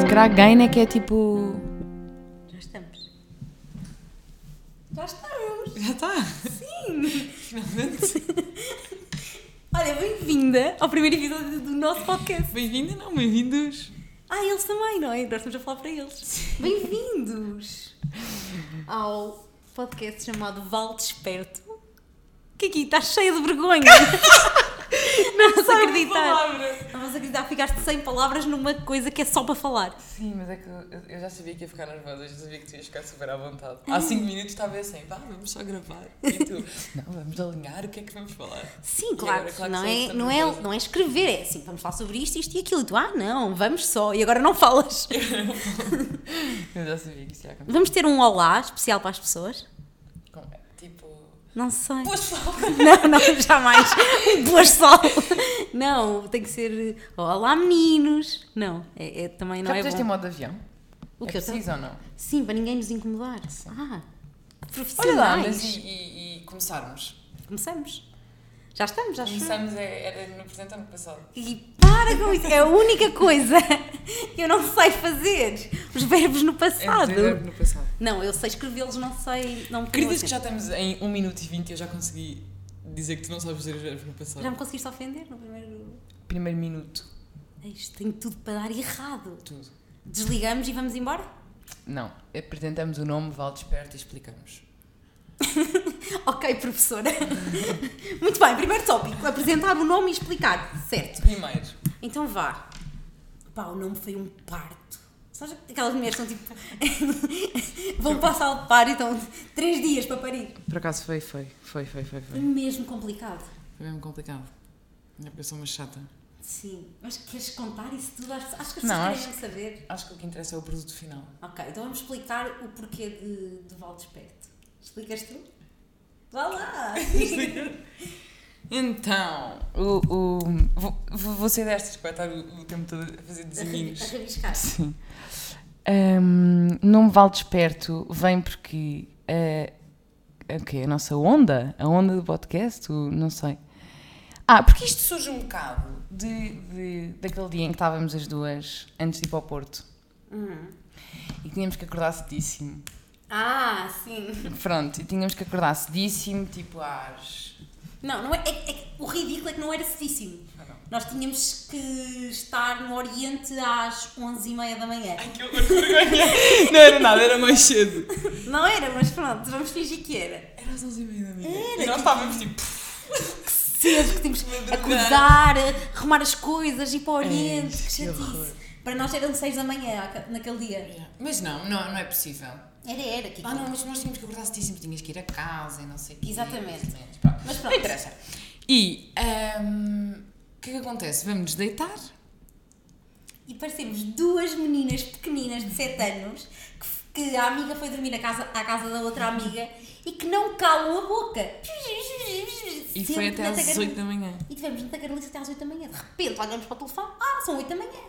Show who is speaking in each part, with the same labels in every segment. Speaker 1: Será que gain é que é tipo.
Speaker 2: Já estamos. Já estamos.
Speaker 3: Já está.
Speaker 2: Sim.
Speaker 3: Finalmente.
Speaker 2: Olha, bem-vinda ao primeiro episódio do nosso podcast.
Speaker 3: Bem-vinda, não, bem-vindos.
Speaker 2: Ah, eles também, não é? Nós estamos a falar para eles. Bem-vindos ao podcast chamado Val Desperto. Que aqui está cheia de vergonha. não vas acreditar.
Speaker 3: Palavra.
Speaker 2: Não vas acreditar, ficaste sem palavras numa coisa que é só para falar.
Speaker 3: Sim, mas é que eu eu já sabia que ia ficar nervosa, eu já sabia que tu ias ficar super à vontade. Há 5 minutos estava eu assim, vá, vamos só gravar. E tu, não, vamos alinhar, o que é que vamos falar?
Speaker 2: Sim,
Speaker 3: E
Speaker 2: claro,
Speaker 3: agora, claro que
Speaker 2: não,
Speaker 3: sou
Speaker 2: é,
Speaker 3: outra
Speaker 2: não, é,
Speaker 3: coisa.
Speaker 2: não é escrever, é assim, vamos falar sobre isto, isto e aquilo. E tu, ah, não, vamos só, e agora não falas.
Speaker 3: Eu já sabia que isto ia acontecer.
Speaker 2: Vamos ter um olá especial para as pessoas?
Speaker 3: Como é? Tipo.
Speaker 2: Não sei.
Speaker 3: Boas palavras.
Speaker 2: Não, não, jamais. Um boas sol. Não, tem que ser eh, olá meninos. Não, é, é- também não
Speaker 3: Já
Speaker 2: é
Speaker 3: puseste em
Speaker 2: bom.
Speaker 3: modo avião?
Speaker 2: O
Speaker 3: é
Speaker 2: que eu tenho?
Speaker 3: preciso ou não?
Speaker 2: Sim, para ninguém nos incomodar.
Speaker 3: Sim.
Speaker 2: Ah,
Speaker 3: Olha lá, mas
Speaker 2: profissionais.
Speaker 3: e, e- e começarmos.
Speaker 2: Começamos. Já estamos, já estamos.
Speaker 3: Começamos, é- era no presente ano passado.
Speaker 2: E para com isso, é a única coisa que eu não sei fazer. Os verbos
Speaker 3: É
Speaker 2: no passado.
Speaker 3: no passado.
Speaker 2: Não, eu sei escrevê-los, não sei. Não me
Speaker 3: Acreditas
Speaker 2: conheço.
Speaker 3: que já estamos em 1 minuto e 20 eu já consegui dizer que tu não sabes dizer os verbos no passado?
Speaker 2: Já me conseguiste ofender no primeiro.
Speaker 3: Primeiro minuto,
Speaker 2: Isto tem tudo para dar errado.
Speaker 3: tudo.
Speaker 2: Desligamos e vamos embora?
Speaker 3: Não, apresentamos o nome, Val Desperta e explicamos.
Speaker 2: Ok, professora. Muito bem, primeiro tópico: apresentar o nome e explicar. Certo.
Speaker 3: Primeiro,
Speaker 2: Então vá. Pá, o nome foi um parto. Sabes aquelas mulheres que são tipo. vão passar o par e estão três dias para parir.
Speaker 3: por acaso foi, foi, foi, foi, foi,
Speaker 2: Foi
Speaker 3: foi.
Speaker 2: mesmo complicado.
Speaker 3: Foi mesmo complicado. É porque eu sou uma chata.
Speaker 2: Sim. Mas queres contar isso tudo? Acho, acho que as pessoas
Speaker 3: Não,
Speaker 2: querem
Speaker 3: acho
Speaker 2: mesmo saber.
Speaker 3: Acho que o que interessa é o produto final.
Speaker 2: Ok, então vamos explicar o porquê de, de Val Desperto. Explicas tu? Vá lá!
Speaker 3: Então, o, o, vou, vou- vou ser destas que vai estar o, o tempo todo a fazer desenhinhos.
Speaker 2: Arriscar.
Speaker 3: Sim. Hum, não me vale desperto, vem porque eh, é o quê? a nossa onda, a onda do podcast, o- não sei. Ah, porque isto surge um bocado de, de- daquele dia em que estávamos as duas antes de ir para o Porto
Speaker 2: Hum.
Speaker 3: e tínhamos que acordar cedíssimo.
Speaker 2: Ah, sim.
Speaker 3: Pronto, e tínhamos que acordar cedíssimo, tipo às.
Speaker 2: Não, não é, é- é que o ridículo é que não era cedíssimo.
Speaker 3: Ah, não.
Speaker 2: Nós tínhamos que estar no Oriente às 11h30 da manhã.
Speaker 3: Que horror, que vergonha! Não era nada, era mais cedo.
Speaker 2: Não era, mas pronto, vamos fingir que era.
Speaker 3: Era às 11h30 da manhã. E nós estávamos tipo.
Speaker 2: Cedo, que tínhamos que
Speaker 3: Madrugada.
Speaker 2: acordar, arrumar as coisas, ir para o Oriente,
Speaker 3: É, que
Speaker 2: que chatice.
Speaker 3: horror.
Speaker 2: Para nós eram 6 da manhã naquele dia.
Speaker 3: Mas não, não, não é possível.
Speaker 2: Era, era, Kiko.
Speaker 3: Ah, não, mas nós tínhamos que acordar cedíssimo, tinhas que ir a casa e não sei o quê.
Speaker 2: Exatamente.
Speaker 3: Mas pronto.
Speaker 2: Mas
Speaker 3: Não
Speaker 2: pronto.
Speaker 3: interessa. E ahm, o que é que acontece? Vamos nos deitar?
Speaker 2: E parecemos duas meninas pequeninas de 7 anos que, f- que a amiga foi dormir na casa, à casa da outra amiga e que não calam a boca.
Speaker 3: E
Speaker 2: Sempre
Speaker 3: foi até
Speaker 2: na
Speaker 3: às
Speaker 2: tagarelice.
Speaker 3: 18 da manhã.
Speaker 2: E tivemos na tagarelice até às 8 da manhã. De repente olhamos para o telefone. Ah, são 8 da manhã.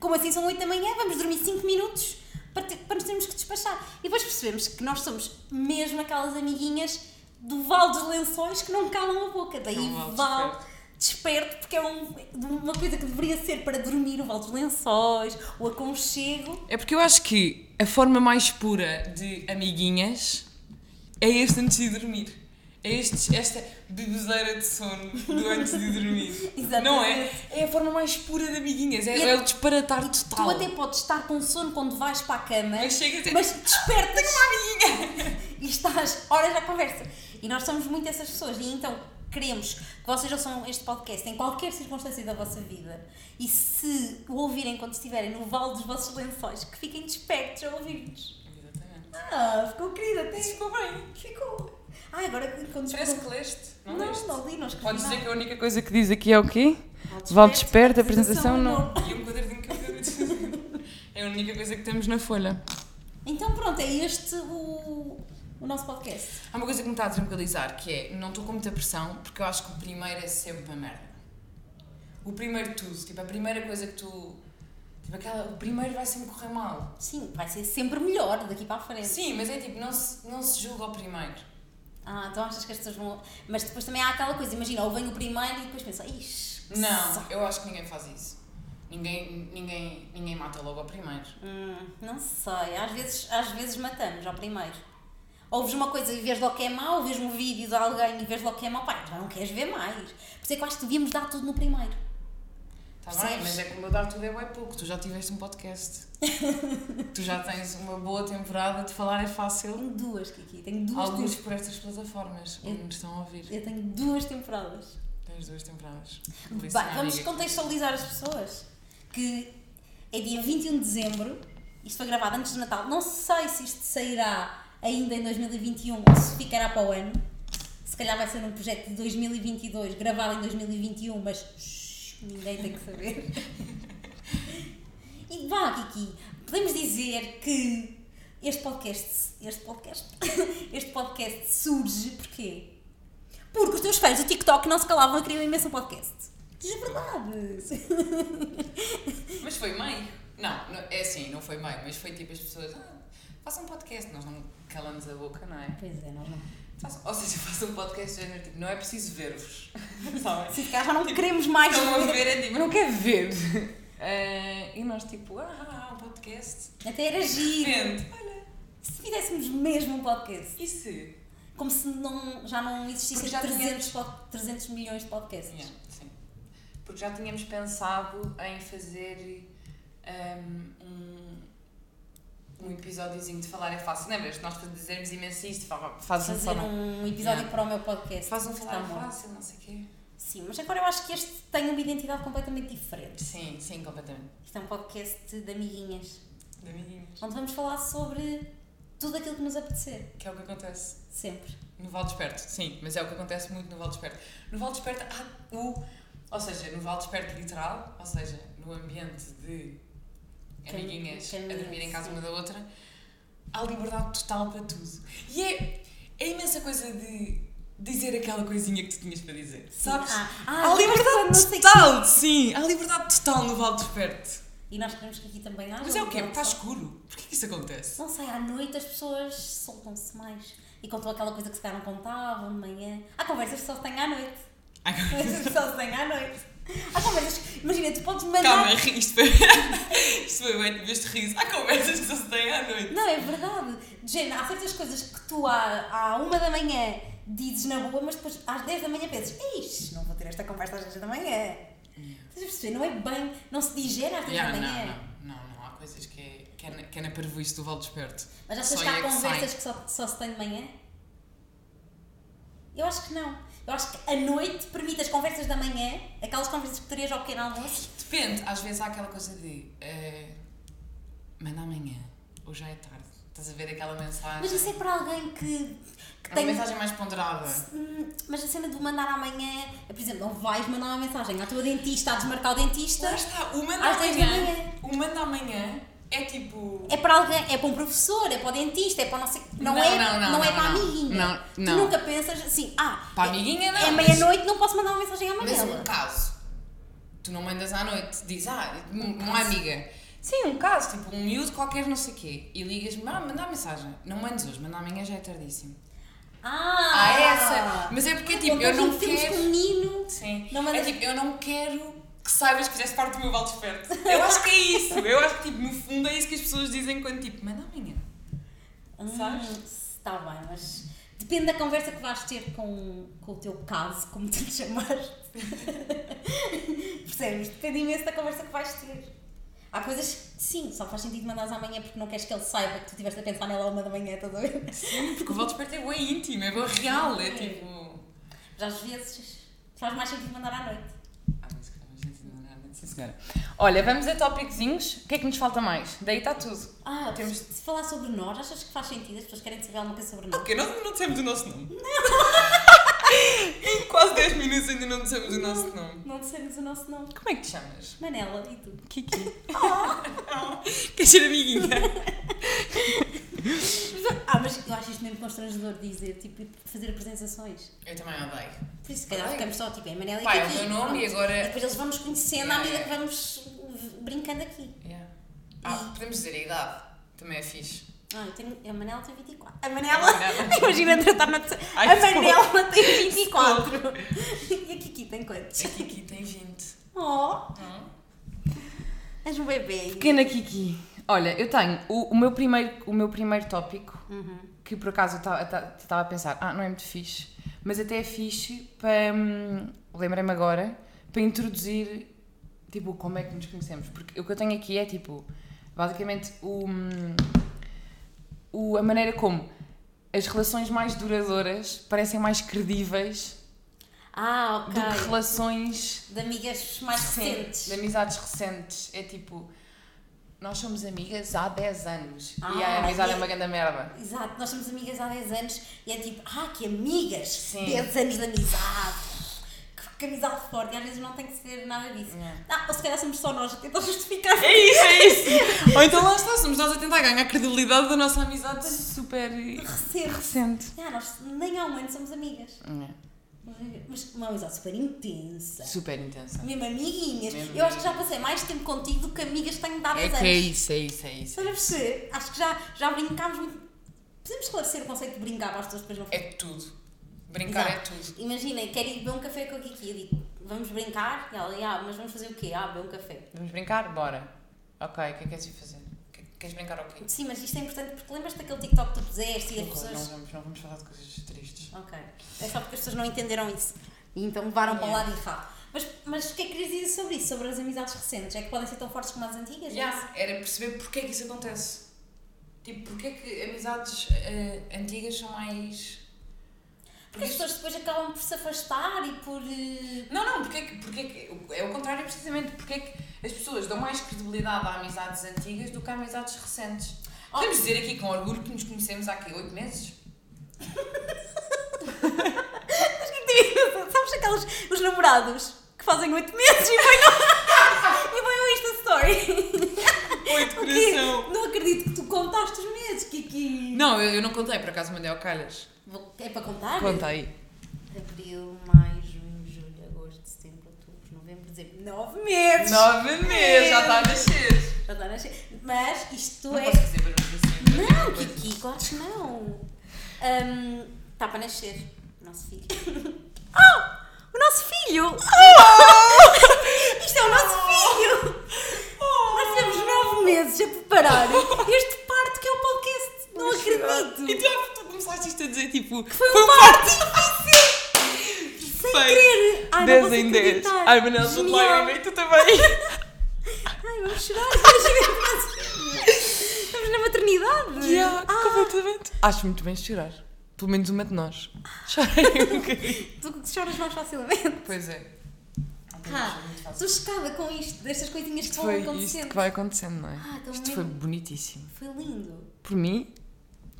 Speaker 2: Como assim são 8 da manhã? Vamos dormir 5 minutos para, ter- para nos termos que despachar. E depois percebemos que nós somos mesmo aquelas amiguinhas do Val dos Lençóis que não calam a boca. Daí
Speaker 3: um Val
Speaker 2: Val
Speaker 3: desperto.
Speaker 2: desperto, porque é um- uma coisa que deveria ser para dormir, o vale dos lençóis, o aconchego.
Speaker 3: É porque eu acho que a forma mais pura de amiguinhas é este antes de dormir. É este, esta bebezeira de sono do antes de dormir.
Speaker 2: Exatamente.
Speaker 3: Não é? É a forma mais pura de amiguinhas. É,
Speaker 2: E-
Speaker 3: é o disparatar
Speaker 2: Tu
Speaker 3: total.
Speaker 2: até podes estar com sono quando vais para a cama,
Speaker 3: Mas chega até-
Speaker 2: mas despertas e estás horas à conversa. E nós somos muito essas pessoas, e então queremos que vocês ouçam este podcast em qualquer circunstância da vossa vida. E se o ouvirem quando estiverem no vale dos vossos lençóis, que fiquem despertos a ouvir-nos.
Speaker 3: Exatamente.
Speaker 2: Ah, ficou querida, até ficou bem. Ficou. Ah, agora quando
Speaker 3: Parece que leste. Não,
Speaker 2: Não, não,
Speaker 3: leste.
Speaker 2: li, não escrevi
Speaker 3: Pode dizer
Speaker 2: nada.
Speaker 3: que a única coisa que diz aqui é o quê? Val desperto, apresentação
Speaker 2: amor.
Speaker 3: não. E um quadradinho que eu quero É a única coisa que temos na folha.
Speaker 2: Então pronto, é este o, o nosso podcast.
Speaker 3: Há uma coisa que me está a tranquilizar, que é, não estou com muita pressão, porque eu acho que o primeiro é sempre uma merda. O primeiro de tudo, tipo, a primeira coisa que tu... Tipo, aquela, o primeiro vai sempre correr mal.
Speaker 2: Sim, vai ser sempre melhor daqui para a frente.
Speaker 3: Sim, mas é tipo, não se, não se julga ao primeiro.
Speaker 2: Ah, então achas que as pessoas vão. Mas depois também há aquela coisa, imagina, ou vem o primeiro e depois pensa, ixi, que
Speaker 3: Não,
Speaker 2: saco."
Speaker 3: eu acho que ninguém faz isso. Ninguém, ninguém, ninguém mata logo ao primeiro.
Speaker 2: Hum, não sei, às vezes, às vezes matamos ao primeiro. Ouves uma coisa e vês logo que é mau, ouves um vídeo de alguém e vês logo que é mau, pá, já não queres ver mais. Por isso é que eu acho que devíamos dar tudo no primeiro.
Speaker 3: Está bem,
Speaker 2: Percebes?
Speaker 3: mas é que o meu dar tudo é bem pouco. Tu já tiveste um podcast. tu já tens uma boa temporada de falar é fácil.
Speaker 2: Tenho duas, Kiki, tenho duas.
Speaker 3: Alguns
Speaker 2: tem-
Speaker 3: por estas plataformas onde nos estão a ouvir.
Speaker 2: Eu tenho duas temporadas.
Speaker 3: Tens duas temporadas. Por
Speaker 2: Bem,
Speaker 3: isso, minha
Speaker 2: vamos
Speaker 3: amiga,
Speaker 2: contextualizar as pessoas. Que é dia 21 de dezembro, isto foi gravado antes do Natal. Não sei se isto sairá ainda em 2021 ou se ficará para o ano. Se calhar vai ser um projeto de 2022, gravado em 2021, mas shh, ninguém tem que saber. E vá, Kiki, podemos dizer que este podcast, este podcast, este podcast surge porquê? Porque os teus fãs do TikTok não se calavam e queriam imenso um podcast. Diz a verdade.
Speaker 3: Mas foi meio. Não, não- é assim, não foi meio, mas foi tipo as pessoas. Ah, façam um podcast, nós não calamos a boca, não é?
Speaker 2: Pois é, não, não.
Speaker 3: Façam- ou seja, façam um podcast de género, tipo, não é preciso ver-vos. Sabem?
Speaker 2: Se ficar já não queremos mais.
Speaker 3: Estão a ver, é tipo, eu não quero ver. Eh, e nós, tipo, ah, um podcast.
Speaker 2: Até era
Speaker 3: De
Speaker 2: giro.
Speaker 3: repente, olha,
Speaker 2: Se fizéssemos mesmo um podcast.
Speaker 3: e se?
Speaker 2: Como se não, já não existissem
Speaker 3: Porque já
Speaker 2: 300, pod- 300 milhões de podcasts.
Speaker 3: Yeah, sim. Porque já tínhamos pensado em fazer um, um, um episódiozinho de falar é fácil. Lembras? Nós dizermos imenso isto, fa- faz um
Speaker 2: Fazer
Speaker 3: falar.
Speaker 2: um episódio
Speaker 3: Yeah.
Speaker 2: para o meu podcast.
Speaker 3: Faz um
Speaker 2: Está
Speaker 3: falar é
Speaker 2: bom.
Speaker 3: fácil, não sei o quê.
Speaker 2: Sim, mas agora eu acho que este tem uma identidade completamente diferente.
Speaker 3: Sim, sim, completamente.
Speaker 2: Isto é um podcast de amiguinhas.
Speaker 3: De amiguinhos.
Speaker 2: Onde vamos falar sobre tudo aquilo que nos apetecer.
Speaker 3: Que é o que acontece
Speaker 2: Sempre.
Speaker 3: no Val Desperto. Sim, mas é o que acontece muito no Val Desperto. No Val Desperto há o... Ou seja, no Val Desperto literal, ou seja, no ambiente de
Speaker 2: Cam-
Speaker 3: amiguinhas a
Speaker 2: caminhas,
Speaker 3: dormir em casa
Speaker 2: sim.
Speaker 3: uma da outra, há liberdade total para tudo. E é, é imensa coisa de dizer aquela coisinha que tu tinhas para dizer. Sabes?
Speaker 2: Ah,
Speaker 3: Há
Speaker 2: ah, não
Speaker 3: liberdade
Speaker 2: sei
Speaker 3: total, sim! Há liberdade total no Val Desperto.
Speaker 2: E nós queremos que aqui também haja. um
Speaker 3: Mas é o quê?
Speaker 2: liberdade
Speaker 3: Está
Speaker 2: de sol.
Speaker 3: escuro. Porquê que isso acontece?
Speaker 2: Não sei, à noite as pessoas soltam-se mais. E contam aquela coisa que se calhar não contavam de manhã. Há conversas que só se têm à noite. Há conversas que só se têm à noite. Há conversas. Imagina, tu podes mandar.
Speaker 3: Calma, ri- isto foi. isto foi bem este riso. Há conversas que só se têm à noite.
Speaker 2: Não, é verdade. De género, há certas coisas que tu à, à uma da manhã dizes na boa, mas depois às 10 da manhã pensas, ixi, não vou ter esta conversa às 10 da manhã. Estás a perceber? Não é bem. Não se digera às 10
Speaker 3: Yeah,
Speaker 2: da manhã.
Speaker 3: não, não, não, não, há coisas que é, que é, na, que é na parvoíce do Val Desperto.
Speaker 2: Mas achas
Speaker 3: Só
Speaker 2: que há
Speaker 3: é que sai.
Speaker 2: conversas que só, só se tem de manhã? Eu acho que não. Eu acho que à noite permite as conversas da manhã, aquelas conversas que terias ao pequeno almoço.
Speaker 3: Depende, às vezes há aquela coisa de. eh, manda amanhã, ou já é tarde. Estás a ver aquela mensagem.
Speaker 2: Mas isso é para alguém que, que
Speaker 3: é uma
Speaker 2: tem.
Speaker 3: mensagem mais ponderada.
Speaker 2: Hum, Mas a cena de mandar amanhã, é, por exemplo, não vais mandar uma mensagem à tua dentista, a desmarcar o dentista.
Speaker 3: Lá está, o manda
Speaker 2: Às dez da
Speaker 3: amanhã.
Speaker 2: manhã.
Speaker 3: O manda amanhã é tipo.
Speaker 2: É para alguém, é para um professor, é para o dentista, é para o não sei. Não,
Speaker 3: Não,
Speaker 2: é,
Speaker 3: não,
Speaker 2: não,
Speaker 3: não,
Speaker 2: é
Speaker 3: não,
Speaker 2: para a
Speaker 3: não.
Speaker 2: amiguinha.
Speaker 3: Não,
Speaker 2: Tu
Speaker 3: não.
Speaker 2: nunca pensas assim, ah,
Speaker 3: Para a
Speaker 2: é-
Speaker 3: amiguinha não.
Speaker 2: é
Speaker 3: mas-
Speaker 2: meia-noite, não posso mandar uma mensagem à mãe
Speaker 3: Mas
Speaker 2: dela.
Speaker 3: um caso, tu não mandas à noite, diz, ah, um- uma amiga. Sim, um caso, tipo um miúdo qualquer, não sei o quê. E ligas-me, ah, manda a mensagem. Não mandes hoje, manda amanhã já é tardíssimo.
Speaker 2: Ah,
Speaker 3: Ah, essa. Mas é porque, tipo,
Speaker 2: Quando
Speaker 3: eu
Speaker 2: nós
Speaker 3: não
Speaker 2: temos com
Speaker 3: quero.
Speaker 2: um menino.
Speaker 3: Sim.
Speaker 2: Não mandas-
Speaker 3: É tipo, eu não quero que saibas que fizeste parte do meu balde esperto. Eu acho que é isso. Eu acho que, tipo, no fundo é isso que as pessoas dizem quando, tipo, manda amanhã.
Speaker 2: Hum. Está Tá bem, mas depende da conversa que vais ter com, com o teu caso, como tu lhe chamaste. Percebes? Depende imenso da conversa que vais ter. Há coisas que, sim, só faz sentido mandares amanhã porque não queres que ele saiba que tu estiveste a pensar nela à uma da manhã, estás a ver?
Speaker 3: Porque o balde esperto é bem íntimo, é bem real. É tipo.
Speaker 2: Mas às vezes faz mais sentido mandar à noite.
Speaker 3: Ah, mas que não gente não é nada. Sim, senhora. Olha, vamos a topicozinhos. O que é que nos falta mais? Daí está tudo.
Speaker 2: Ah,
Speaker 3: Temos-
Speaker 2: temos de falar sobre nós, achas que faz sentido? As pessoas querem saber alguma coisa sobre nós.
Speaker 3: Ok, nós ainda não dissemos o nosso nome. em quase 10 minutos ainda não dissemos o nosso nome.
Speaker 2: Não dissemos o nosso nome.
Speaker 3: Como é que te chamas?
Speaker 2: Manela, e tu?
Speaker 3: Kiki. Ah, Queres ser amiguinha?
Speaker 2: Ah, mas eu acho isto mesmo constrangedor dizer, tipo, fazer apresentações.
Speaker 3: Eu também odeio.
Speaker 2: Por isso, se calhar,
Speaker 3: Ok.
Speaker 2: ficamos só tipo, é Manela e
Speaker 3: Pá, é o
Speaker 2: Kiki.
Speaker 3: meu nome e
Speaker 2: Pronto.
Speaker 3: agora-
Speaker 2: depois eles vão nos conhecendo à
Speaker 3: Yeah,
Speaker 2: medida que
Speaker 3: yeah.
Speaker 2: vamos v- brincando aqui.
Speaker 3: Ah, podemos dizer a idade. Também é fixe.
Speaker 2: Ah, eu tenho. A Manela tem 24. A
Speaker 3: A
Speaker 2: Manela.
Speaker 3: Manela.
Speaker 2: Imagina tratar-me de.
Speaker 3: Ai,
Speaker 2: a
Speaker 3: desculpa.
Speaker 2: Manela tem 24.
Speaker 3: É
Speaker 2: e a Kiki tem quantos?
Speaker 3: A Kiki tem 20.
Speaker 2: Oh!
Speaker 3: Não?
Speaker 2: És um bebê.
Speaker 3: Pequena Kiki. Olha, eu tenho o, o meu, primeiro, o meu primeiro tópico, que por acaso eu estava a pensar, ah, não é muito fixe, mas até é fixe para, hum, lembrei-me agora, para introduzir, tipo, como é que nos conhecemos. Porque o que eu tenho aqui é, tipo, basicamente o, hum, o- a maneira como as relações mais duradouras parecem mais credíveis
Speaker 2: Ah,
Speaker 3: do que
Speaker 2: ok.
Speaker 3: relações
Speaker 2: De amigas mais recentes.
Speaker 3: de amizades recentes. É tipo, nós somos amigas há 10 anos e
Speaker 2: Ah,
Speaker 3: a amizade
Speaker 2: e-
Speaker 3: é uma grande merda.
Speaker 2: Exato, nós somos amigas há 10 anos e é tipo, ah, que amigas!
Speaker 3: Sim.
Speaker 2: 10 anos de amizade! Que, que amizade forte! E às vezes não tem que ser nada disso.
Speaker 3: Yeah.
Speaker 2: Ah, ou se calhar somos só nós a tentar justificar.
Speaker 3: isso, é isso! Ou então lá está, somos nós a tentar ganhar credibilidade da nossa amizade super
Speaker 2: Recente.
Speaker 3: recente. é.
Speaker 2: Ah, nós nem há um ano somos amigas. Mas uma amizade super intensa.
Speaker 3: Super intensa.
Speaker 2: Mesmo amiguinhas.
Speaker 3: Mesmo
Speaker 2: Eu acho que já passei mais tempo contigo do que amigas tenho de há 10
Speaker 3: É que é
Speaker 2: anos.
Speaker 3: isso, é isso, é isso.
Speaker 2: Estás a perceber? Acho que já, já brincámos muito. Podemos esclarecer o conceito de brincar para as pessoas depois não
Speaker 3: É tudo. Brincar
Speaker 2: Exato.
Speaker 3: é tudo.
Speaker 2: Imaginem, quero ir beber um café com a Kiki. Eu digo, vamos brincar? E ela, ah, mas vamos fazer o quê? Ah, beber um café.
Speaker 3: Vamos brincar? Bora. Ok, o que é que queres ir fazer? Que- Queres brincar ou quê?
Speaker 2: Sim, mas isto é importante porque lembras-te daquele TikTok que tu puseste e as
Speaker 3: Não, não
Speaker 2: pessoas.
Speaker 3: vamos, não vamos falar de coisas tristes.
Speaker 2: Ok. É só porque as pessoas não entenderam isso. E então levaram para o
Speaker 3: Yeah.
Speaker 2: lado errado. Mas, mas o que é que querias dizer sobre isso? Sobre as amizades recentes? É que podem ser tão fortes como as antigas?
Speaker 3: Ya,
Speaker 2: é isso?
Speaker 3: Era perceber porque é que isso acontece. Tipo, porque é que amizades eh, antigas são mais.
Speaker 2: Porque as pessoas depois acabam por se afastar e por. eh,
Speaker 3: Não, não, porque é que, porque é que. É o contrário, precisamente. Porque é que as pessoas dão mais credibilidade a amizades antigas do que a amizades recentes.
Speaker 2: Oh.
Speaker 3: Podemos dizer aqui com orgulho que nos conhecemos há aqui 8 meses?
Speaker 2: Sabes aqueles os namorados que fazem 8 meses e põem no... e põem o Insta Story?
Speaker 3: 8
Speaker 2: O quê? Não acredito que tu contaste os meses, Kiki.
Speaker 3: Não, eu, eu não contei, por acaso mandei ao Calhas.
Speaker 2: Vou- É para contar?
Speaker 3: Conta aí.
Speaker 2: Abril, maio, junho, julho, agosto, setembro, outubro, novembro, dezembro. Nove meses!
Speaker 3: 9 meses, já está a nascer.
Speaker 2: Já está a nascer. Mas isto
Speaker 3: Não
Speaker 2: é.
Speaker 3: posso fazer barulho assim.
Speaker 2: Não, Kiki, claro que não. Hum, está para nascer. o Nosso filho. Oh! O nosso filho!
Speaker 3: Oh!
Speaker 2: Isto é o nosso filho! Nós tivemos nove meses a preparar este parto que é o podcast. Não acredito!
Speaker 3: E tu, tu começaste isto a dizer tipo. Que
Speaker 2: Foi um parto difícil! Sem
Speaker 3: Perfeito.
Speaker 2: querer! Ai, não
Speaker 3: 10
Speaker 2: posso
Speaker 3: em 10.
Speaker 2: acreditar.
Speaker 3: Ai, Manel, não te
Speaker 2: Genial.
Speaker 3: larga e tu também.
Speaker 2: Ai, vamos chorar. imagina. Estamos na maternidade.
Speaker 3: Yeah,
Speaker 2: Ah,
Speaker 3: completamente. Acho muito bem chorar. Pelo menos uma de nós.
Speaker 2: Ah.
Speaker 3: Chorei um bocadinho.
Speaker 2: tu choras mais facilmente.
Speaker 3: Pois é. Não tem
Speaker 2: Ah,
Speaker 3: nada, é muito fácil.
Speaker 2: estou chocada com isto, destas coisinhas que
Speaker 3: Isto
Speaker 2: vão
Speaker 3: foi isto
Speaker 2: acontecendo.
Speaker 3: que vai acontecendo, não é?
Speaker 2: Ah, então
Speaker 3: isto
Speaker 2: mesmo.
Speaker 3: foi bonitíssimo.
Speaker 2: Foi lindo.
Speaker 3: Por mim.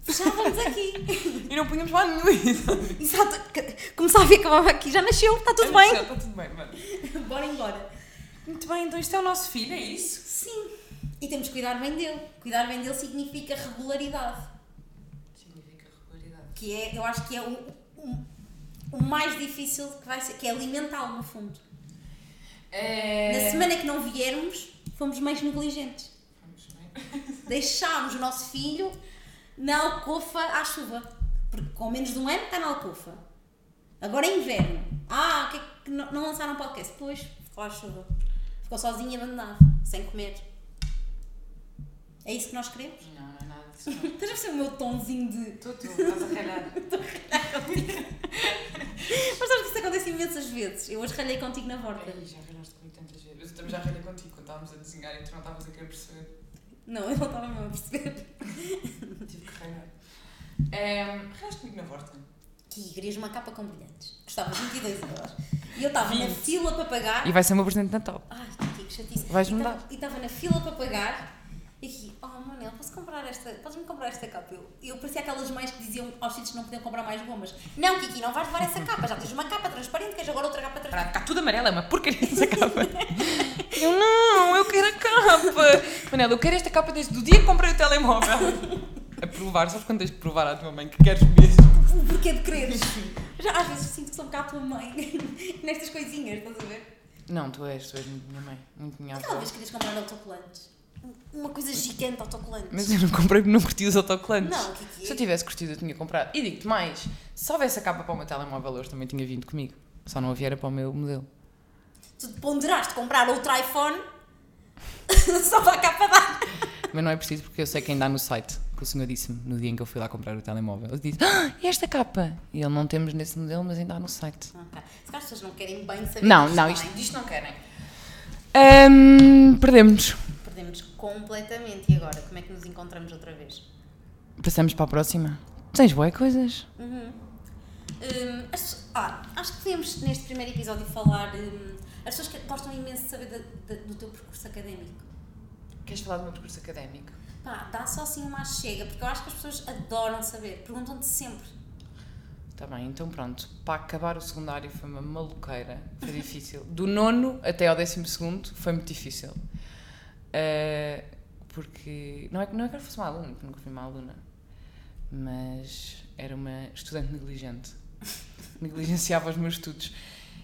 Speaker 2: Fechávamos aqui.
Speaker 3: E não punhamos lá nenhum. Está
Speaker 2: Exato. que- Começava e acabava aqui. Já nasceu, está tudo bem.
Speaker 3: Está tudo bem, mano.
Speaker 2: Bora embora.
Speaker 3: Muito bem, então isto é o nosso filho, é isso?
Speaker 2: Sim. E temos que cuidar bem dele. Cuidar bem dele significa regularidade.
Speaker 3: Significa regularidade.
Speaker 2: que é, eu acho que é o, o, o mais difícil que vai ser, que é alimentá-lo no fundo. Na
Speaker 3: É.
Speaker 2: semana que não viermos, fomos mais negligentes.
Speaker 3: Vamos bem.
Speaker 2: Deixámos o nosso filho na alcofa à chuva. Porque com menos de um ano está na alcofa. Agora é inverno. Ah, o que é que não, não lançaram podcast? Pois, ficou à chuva. Ficou sozinho e abandonado, sem comer. É isso que nós queremos?
Speaker 3: Não, não é nada disso. não.
Speaker 2: Estás a perceber o meu tomzinho de
Speaker 3: Tu, tu, estás a ralhar.
Speaker 2: Mas sabes que isso acontece imensas vezes. Eu hoje ralhei contigo na porta.
Speaker 3: Ai, já ralhaste comigo tantas vezes. Eu também já ralhei contigo quando estávamos a desenhar e tu não estavas a querer perceber.
Speaker 2: Não, eu não estava mesmo a perceber.
Speaker 3: Tive que ralhar. Um, ralaste comigo na Vorten.
Speaker 2: Que querias uma capa com brilhantes. Custava 22 euros. E eu estava na fila para pagar.
Speaker 3: E vai ser o meu presente de Natal.
Speaker 2: Ai, que que chatice.
Speaker 3: Vais
Speaker 2: E
Speaker 3: mudar.
Speaker 2: estava- E estava na fila para pagar. E aqui, oh Manel, posso comprar esta? Podes-me comprar esta capa? Eu, eu parecia aquelas mães que diziam aos filhos que não podiam comprar mais gomas. Não, Kiki, não vais levar essa capa. Já tens uma capa transparente, queres agora outra capa transparente.
Speaker 3: Está tudo amarelo, é uma porcaria essa capa. eu não, eu quero a capa. Manela, eu quero esta capa desde o dia que comprei o telemóvel. A provar, É sabes quando tens de provar à tua mãe que queres mesmo?
Speaker 2: O porquê de quereres? Já às vezes sinto que sou um bocado a tua mãe. Nestas coisinhas, estás a ver?
Speaker 3: Não, tu és, tu és muito minha mãe, muito minha
Speaker 2: Aquela vez que querias comprar autocolantes. Uma coisa gigante autocolantes.
Speaker 3: Mas eu não comprei porque não curti os autocolantes.
Speaker 2: Não, é Kiki.
Speaker 3: Se eu tivesse curtido, eu tinha comprado. E digo-te mais, se houvesse a capa para o meu telemóvel, hoje também tinha vindo comigo. Só não havia era para o meu modelo.
Speaker 2: Tu ponderaste comprar outro iPhone Só para cá para dar.
Speaker 3: Mas não é preciso porque eu sei quem dá no site. Que o senhor disse-me no dia em que eu fui lá comprar o telemóvel. Ele disse: ah, e esta capa? E ele não temos nesse modelo, mas ainda há no site.
Speaker 2: Ok. Se calhar as pessoas não querem bem saber.
Speaker 3: Não,
Speaker 2: disto,
Speaker 3: não,
Speaker 2: é?
Speaker 3: isto, isto não querem. Ahm, perdemos.
Speaker 2: Perdemos completamente. E agora? Como é que nos encontramos outra vez?
Speaker 3: Passamos para a próxima. Tens boas coisas.
Speaker 2: Hum, as pessoas- ah, acho que podemos neste primeiro episódio falar. hum, as pessoas que gostam imenso de saber da- da- do teu percurso académico.
Speaker 3: Queres falar do meu percurso académico?
Speaker 2: Pá, dá só assim uma chega, porque eu acho que as pessoas adoram saber. Perguntam-te sempre.
Speaker 3: Tá bem, então pronto. Para acabar o secundário foi uma maluqueira. Foi difícil. Do nono até ao décimo segundo foi muito difícil. Eh, porque. Não é, que- não é que eu fosse uma aluna, porque nunca fui uma aluna. Mas era uma estudante negligente. Negligenciava os meus estudos.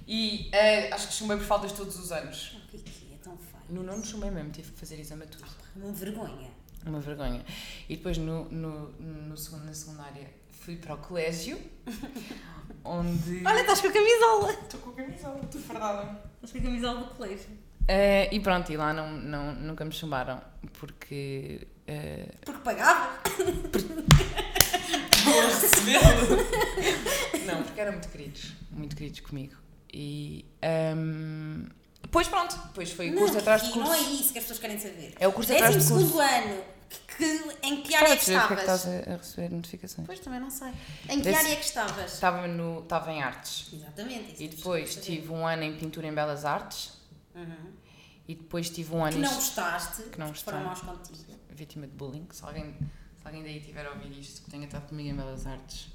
Speaker 3: E eh, acho que chumei por faltas todos os anos.
Speaker 2: O que é que é tão feio? É
Speaker 3: No nono chumei mesmo, tive que fazer exame a tudo.
Speaker 2: Uma vergonha.
Speaker 3: Uma vergonha. E depois no, no, no segundo, na secundária fui para o colégio, onde.
Speaker 2: Olha, estás com a camisola!
Speaker 3: Estou com a camisola, estou fardada.
Speaker 2: Estás com a camisola do colégio.
Speaker 3: eh, e pronto, e lá não, não, nunca me chumbaram, porque. eh,
Speaker 2: Porque pagava?
Speaker 3: não, porque eram muito queridos, muito queridos comigo. E. ehm, pois pronto, depois foi curso
Speaker 2: não,
Speaker 3: atrás de
Speaker 2: Kiki,
Speaker 3: curso.
Speaker 2: Não é isso que as pessoas querem saber.
Speaker 3: É o curso atrás
Speaker 2: Décimo
Speaker 3: de curso.
Speaker 2: segundo ano. Que, que- em que
Speaker 3: Estava
Speaker 2: área
Speaker 3: a
Speaker 2: é que
Speaker 3: perceber porque é
Speaker 2: estavas?
Speaker 3: que estás a, a receber notificações.
Speaker 2: Pois, também não sei. Em que
Speaker 3: Décimo-
Speaker 2: área é que estavas?
Speaker 3: Estava, no, estava em artes.
Speaker 2: Exatamente. isso
Speaker 3: E
Speaker 2: temos
Speaker 3: depois
Speaker 2: que saber.
Speaker 3: tive um ano em pintura em belas artes.
Speaker 2: Uhum.
Speaker 3: E depois tive um ano
Speaker 2: Que
Speaker 3: em
Speaker 2: não gostaste.
Speaker 3: que não
Speaker 2: porque Foram maus
Speaker 3: gostaram.
Speaker 2: contigo.
Speaker 3: vítima de bullying. Se alguém, se alguém daí tiver a ouvir isto, que tenha estado comigo em Belas Artes,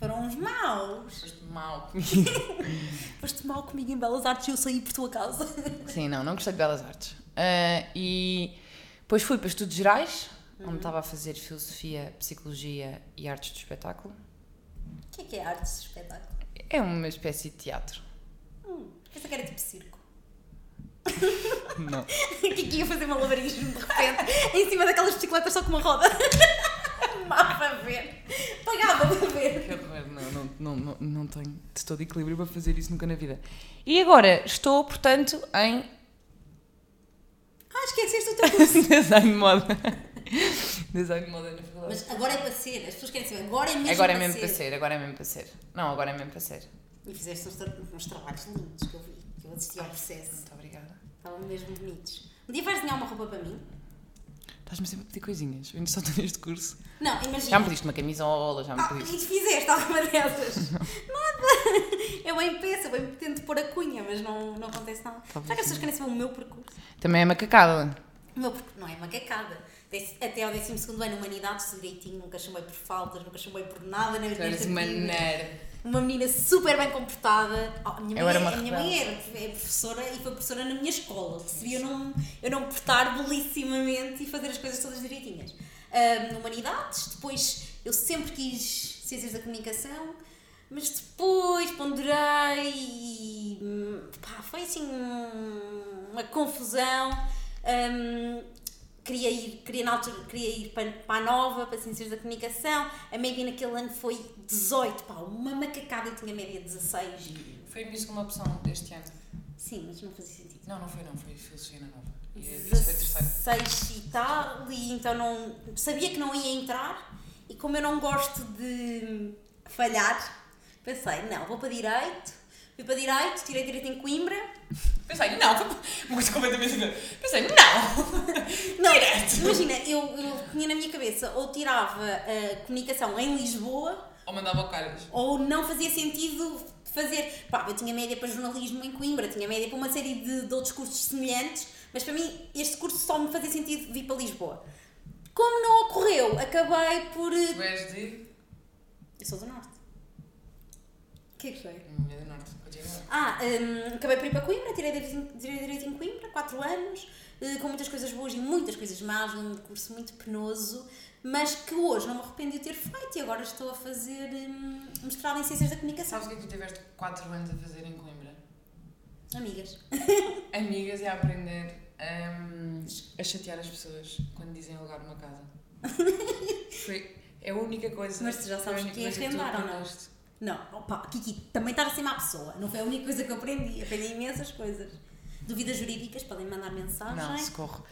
Speaker 2: Foram uns maus.
Speaker 3: foste mal comigo.
Speaker 2: Foste mal comigo em Belas Artes e eu saí por tua causa.
Speaker 3: Sim, não, não gostei de Belas Artes. Ah, e depois fui para Estudos Gerais,
Speaker 2: Uhum.
Speaker 3: onde estava a fazer Filosofia, Psicologia e Artes do Espetáculo.
Speaker 2: O que é que é artes de espetáculo?
Speaker 3: É uma espécie de teatro.
Speaker 2: Hum, pensei que era tipo circo.
Speaker 3: Não.
Speaker 2: que aqui ia fazer malabarismo de repente em cima daquelas bicicletas só com uma roda. Má para ver. Pagava para ver.
Speaker 3: Não, não, não, não, não tenho de todo equilíbrio para fazer isso nunca na vida. E agora estou, portanto, em
Speaker 2: Ah, esqueceste o teu curso.
Speaker 3: design de moda. design de moda na faculdade.
Speaker 2: Mas agora é para ser. As pessoas querem saber. Agora é mesmo
Speaker 3: Agora é
Speaker 2: para
Speaker 3: mesmo
Speaker 2: ser.
Speaker 3: para ser, agora é mesmo para ser. Não, agora é mesmo para ser.
Speaker 2: E fizeste uns, tra- uns trabalhos lindos que eu vi. Que eu assisti ao processo.
Speaker 3: Muito obrigada.
Speaker 2: Estavam mesmo bonitos. Um dia vais desenhar uma roupa para mim?
Speaker 3: Estás-me sempre a pedir coisinhas, eu ainda só estou neste curso.
Speaker 2: Não, imagina.
Speaker 3: Já me pediste uma camisola, já me
Speaker 2: Ah, e
Speaker 3: pediste.
Speaker 2: te fizeste alguma dessas? nada! Eu bem penso, eu bem tento pôr a cunha, mas não, não acontece nada. Será que as pessoas querem saber o meu percurso?
Speaker 3: Também é macacada.
Speaker 2: O meu percurso não é macacada. Desse- Até ao 12 ano, humanidades, direitinho, nunca chamei por faltas, nunca chamei por nada na minha vida. Uma menina super bem comportada. Oh, a minha
Speaker 3: Eu
Speaker 2: mãe,
Speaker 3: era
Speaker 2: é-
Speaker 3: uma
Speaker 2: a minha mãe era é professora e foi professora na minha escola. Percebi eu não, eu não me portar belíssimamente e fazer as coisas todas direitinhas. Ahm, humanidades, depois eu sempre quis ciências da comunicação, mas depois ponderei e hum, pá, foi assim um- uma confusão. Ahm, queria ir, queria, na altura, queria ir para, para a Nova, para Ciências da Comunicação. A média naquele ano foi 18, pá, uma macacada, eu tinha média 16.
Speaker 3: Foi a minha segunda opção deste ano.
Speaker 2: Sim, mas não fazia sentido.
Speaker 3: Não, não foi, não, foi filosofia na nova. é
Speaker 2: 16 e tal, e então não sabia que não ia entrar, e como eu não gosto de falhar, pensei, não, vou para direito, fui para direito, tirei direito em Coimbra,
Speaker 3: Pensei, não, muito completamente Pensei, não! é
Speaker 2: não, imagina, eu, eu tinha na minha cabeça, ou tirava a comunicação em Lisboa,
Speaker 3: Ou mandava o Carlos.
Speaker 2: ou não fazia sentido fazer. Pá, eu tinha média para jornalismo em Coimbra, tinha média para uma série de, de outros cursos semelhantes, mas para mim este curso só me fazia sentido vir para Lisboa. Como não ocorreu, acabei por. eh,
Speaker 3: és de.
Speaker 2: Eu sou do Norte. O que é que foi?
Speaker 3: Minha hum, do Norte, continua.
Speaker 2: Ah, hum, acabei por ir para Coimbra, tirei direito em- tirei direito em Coimbra, 4 anos, eh, com muitas coisas boas e muitas coisas más, um curso muito penoso, mas que hoje não me arrependi de ter feito e agora estou a fazer hum, mestrado em Ciências da Comunicação.
Speaker 3: Sabes o que é que tu tiveste 4 anos a fazer em Coimbra?
Speaker 2: Amigas.
Speaker 3: Amigas e a aprender hum, a chatear as pessoas quando dizem alugar uma casa. Foi, é a única coisa.
Speaker 2: Mas tu já sabes
Speaker 3: foi a única
Speaker 2: que ias
Speaker 3: coisa tu
Speaker 2: arrendar, ou não?
Speaker 3: aprendeste.
Speaker 2: Não, opa, Kiki, também estar assim má pessoa. Não foi a única coisa que eu aprendi. Aprendi imensas coisas. Dúvidas jurídicas, podem mandar mensagem.
Speaker 3: Não, socorro.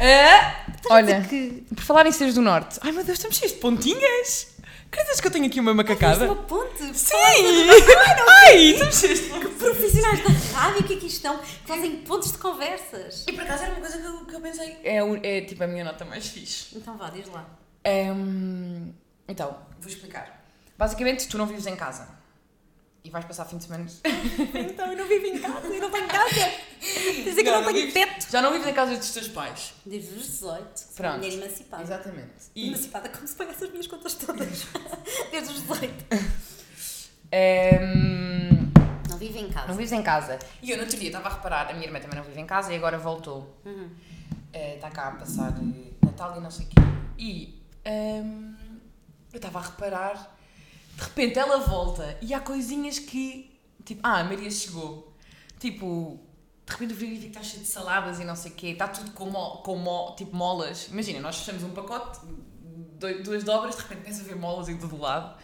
Speaker 3: Ah, olha,
Speaker 2: que.
Speaker 3: por falar em seres do norte. Ai meu Deus, estamos cheios de pontinhas. Acreditas que eu tenho aqui uma
Speaker 2: Isto é
Speaker 3: macacada?
Speaker 2: uma ponte.
Speaker 3: Sim! Ai, estamos cheios de pontinhas.
Speaker 2: Profissionais da rádio que aqui estão, que fazem pontos de conversas.
Speaker 3: E por acaso era uma coisa que eu, que eu pensei. É, o- é tipo a minha nota mais fixe.
Speaker 2: Então vá, diz lá.
Speaker 3: Hum, então, vou explicar. Basicamente, tu não vives em casa e vais passar fim de semana.
Speaker 2: Então eu não vivo em casa, eu não tenho casa. Dizer que eu não, tenho
Speaker 3: vives-
Speaker 2: teto.
Speaker 3: Já não vives em casa dos teus pais.
Speaker 2: Desde os 18, que sou
Speaker 3: Pronto.
Speaker 2: mulher emancipada.
Speaker 3: Exatamente. E,
Speaker 2: Emancipada como se pagasse as minhas contas todas. Desde os 18.
Speaker 3: hum,
Speaker 2: Não vivo em
Speaker 3: não
Speaker 2: casa.
Speaker 3: vives em casa. E eu no outro dia estava a reparar, a minha irmã também não vive em casa e agora voltou.
Speaker 2: Uhum.
Speaker 3: Eh, Está cá a passar eh, Natal e não sei o quê. E hum, eu estava a reparar, de repente ela volta e há coisinhas que. Tipo, ah, a Maria chegou. Tipo, de repente o frigorífico está tá cheio de saladas e não sei o quê, está tudo com, mo, com mo, tipo molas. Imagina, nós fechamos um pacote, doi- duas dobras, de repente começa a ver molas em todo lado.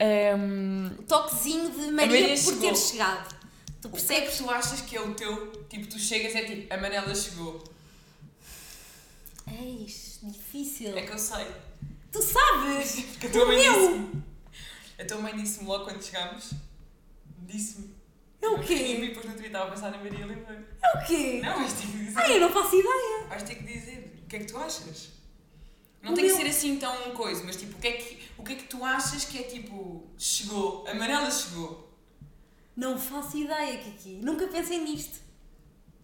Speaker 3: Hum,
Speaker 2: Um toquezinho de Maria,
Speaker 3: Maria
Speaker 2: por
Speaker 3: chegou.
Speaker 2: ter chegado. Tu
Speaker 3: o que é
Speaker 2: percebes?
Speaker 3: que tu achas que é o teu? Tipo, tu chegas e é tipo, a Manela chegou.
Speaker 2: Eis, É difícil.
Speaker 3: É que eu sei.
Speaker 2: Tu sabes!
Speaker 3: Porque a tua mãe
Speaker 2: O meu!
Speaker 3: disse-me. A tua mãe disse-me logo quando chegámos. Disse-me.
Speaker 2: É o
Speaker 3: Eu
Speaker 2: quê?
Speaker 3: me pôs no Twitter a pensar na Maria Lima.
Speaker 2: É o quê?
Speaker 3: Não, mas tive que dizer.
Speaker 2: Ai, eu não faço ideia.
Speaker 3: Vais ter que dizer. O que é que tu achas? Não
Speaker 2: O
Speaker 3: tem
Speaker 2: meu-
Speaker 3: que ser assim tão coisa, mas tipo, o que, é que, o que é que tu achas que é tipo. Chegou, a Manela chegou.
Speaker 2: Não faço ideia, Kiki. Nunca pensei nisto.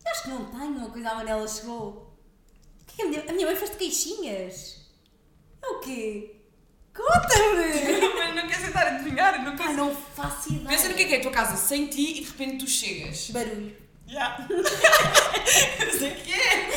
Speaker 2: Eu acho que não tenho. A coisa amarela chegou. O que é que a minha, a minha mãe fez de queixinhas? É o quê? Conta-me!
Speaker 3: mas não queres tentar adivinhar, não
Speaker 2: Ai,
Speaker 3: queres.
Speaker 2: não faço ideia.
Speaker 3: Pensa no que é que é a tua casa sem ti e de repente tu chegas.
Speaker 2: Barulho.
Speaker 3: Já. Eu sei que é.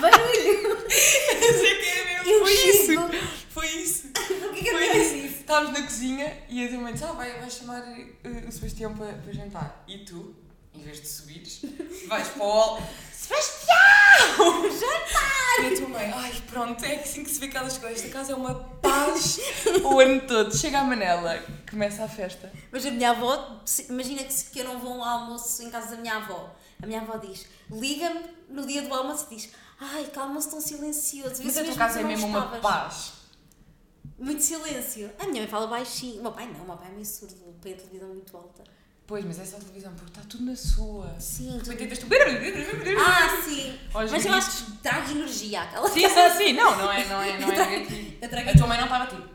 Speaker 2: Barulho!
Speaker 3: Eu sei que é mesmo.
Speaker 2: Eu
Speaker 3: Foi
Speaker 2: chego.
Speaker 3: isso. Foi isso.
Speaker 2: O que é que a minha
Speaker 3: Foi
Speaker 2: mãe disse?
Speaker 3: Estávamos na cozinha e a tua mãe disse: Ah, vai, vai chamar eh, o Sebastião para, para jantar. E tu, em vez de subires, vais para o hall. Sebastião! Jantar! E a tua mãe: Ai, pronto, é assim que se vê que ela chegou. Esta casa é uma paz o ano todo. Chega a Manela, começa a festa.
Speaker 2: Mas a minha avó, se- imagina que, se- que eu não vou a um almoço em casa da minha avó. A minha avó diz, liga-me no dia do almoço e diz, ai, que almoço tão silencioso.
Speaker 3: Mas
Speaker 2: vê-se
Speaker 3: a tua
Speaker 2: que
Speaker 3: casa é
Speaker 2: não
Speaker 3: mesmo uma
Speaker 2: estavas."
Speaker 3: paz.
Speaker 2: Muito silêncio. A minha mãe fala baixinho. O meu pai não, o meu pai é meio surdo, põe a televisão é muito alta.
Speaker 3: Pois, mas essa televisão, porque está tudo na sua.
Speaker 2: Sim,
Speaker 3: De
Speaker 2: tudo.
Speaker 3: repente entras tu.
Speaker 2: Ah, sim.
Speaker 3: Aos
Speaker 2: Mas eu
Speaker 3: gritos.
Speaker 2: acho que trago energia àquela
Speaker 3: Sim, sim, sim, não, não é, não é, não é negativo.
Speaker 2: Eu trago
Speaker 3: A tua mãe não estava tipo.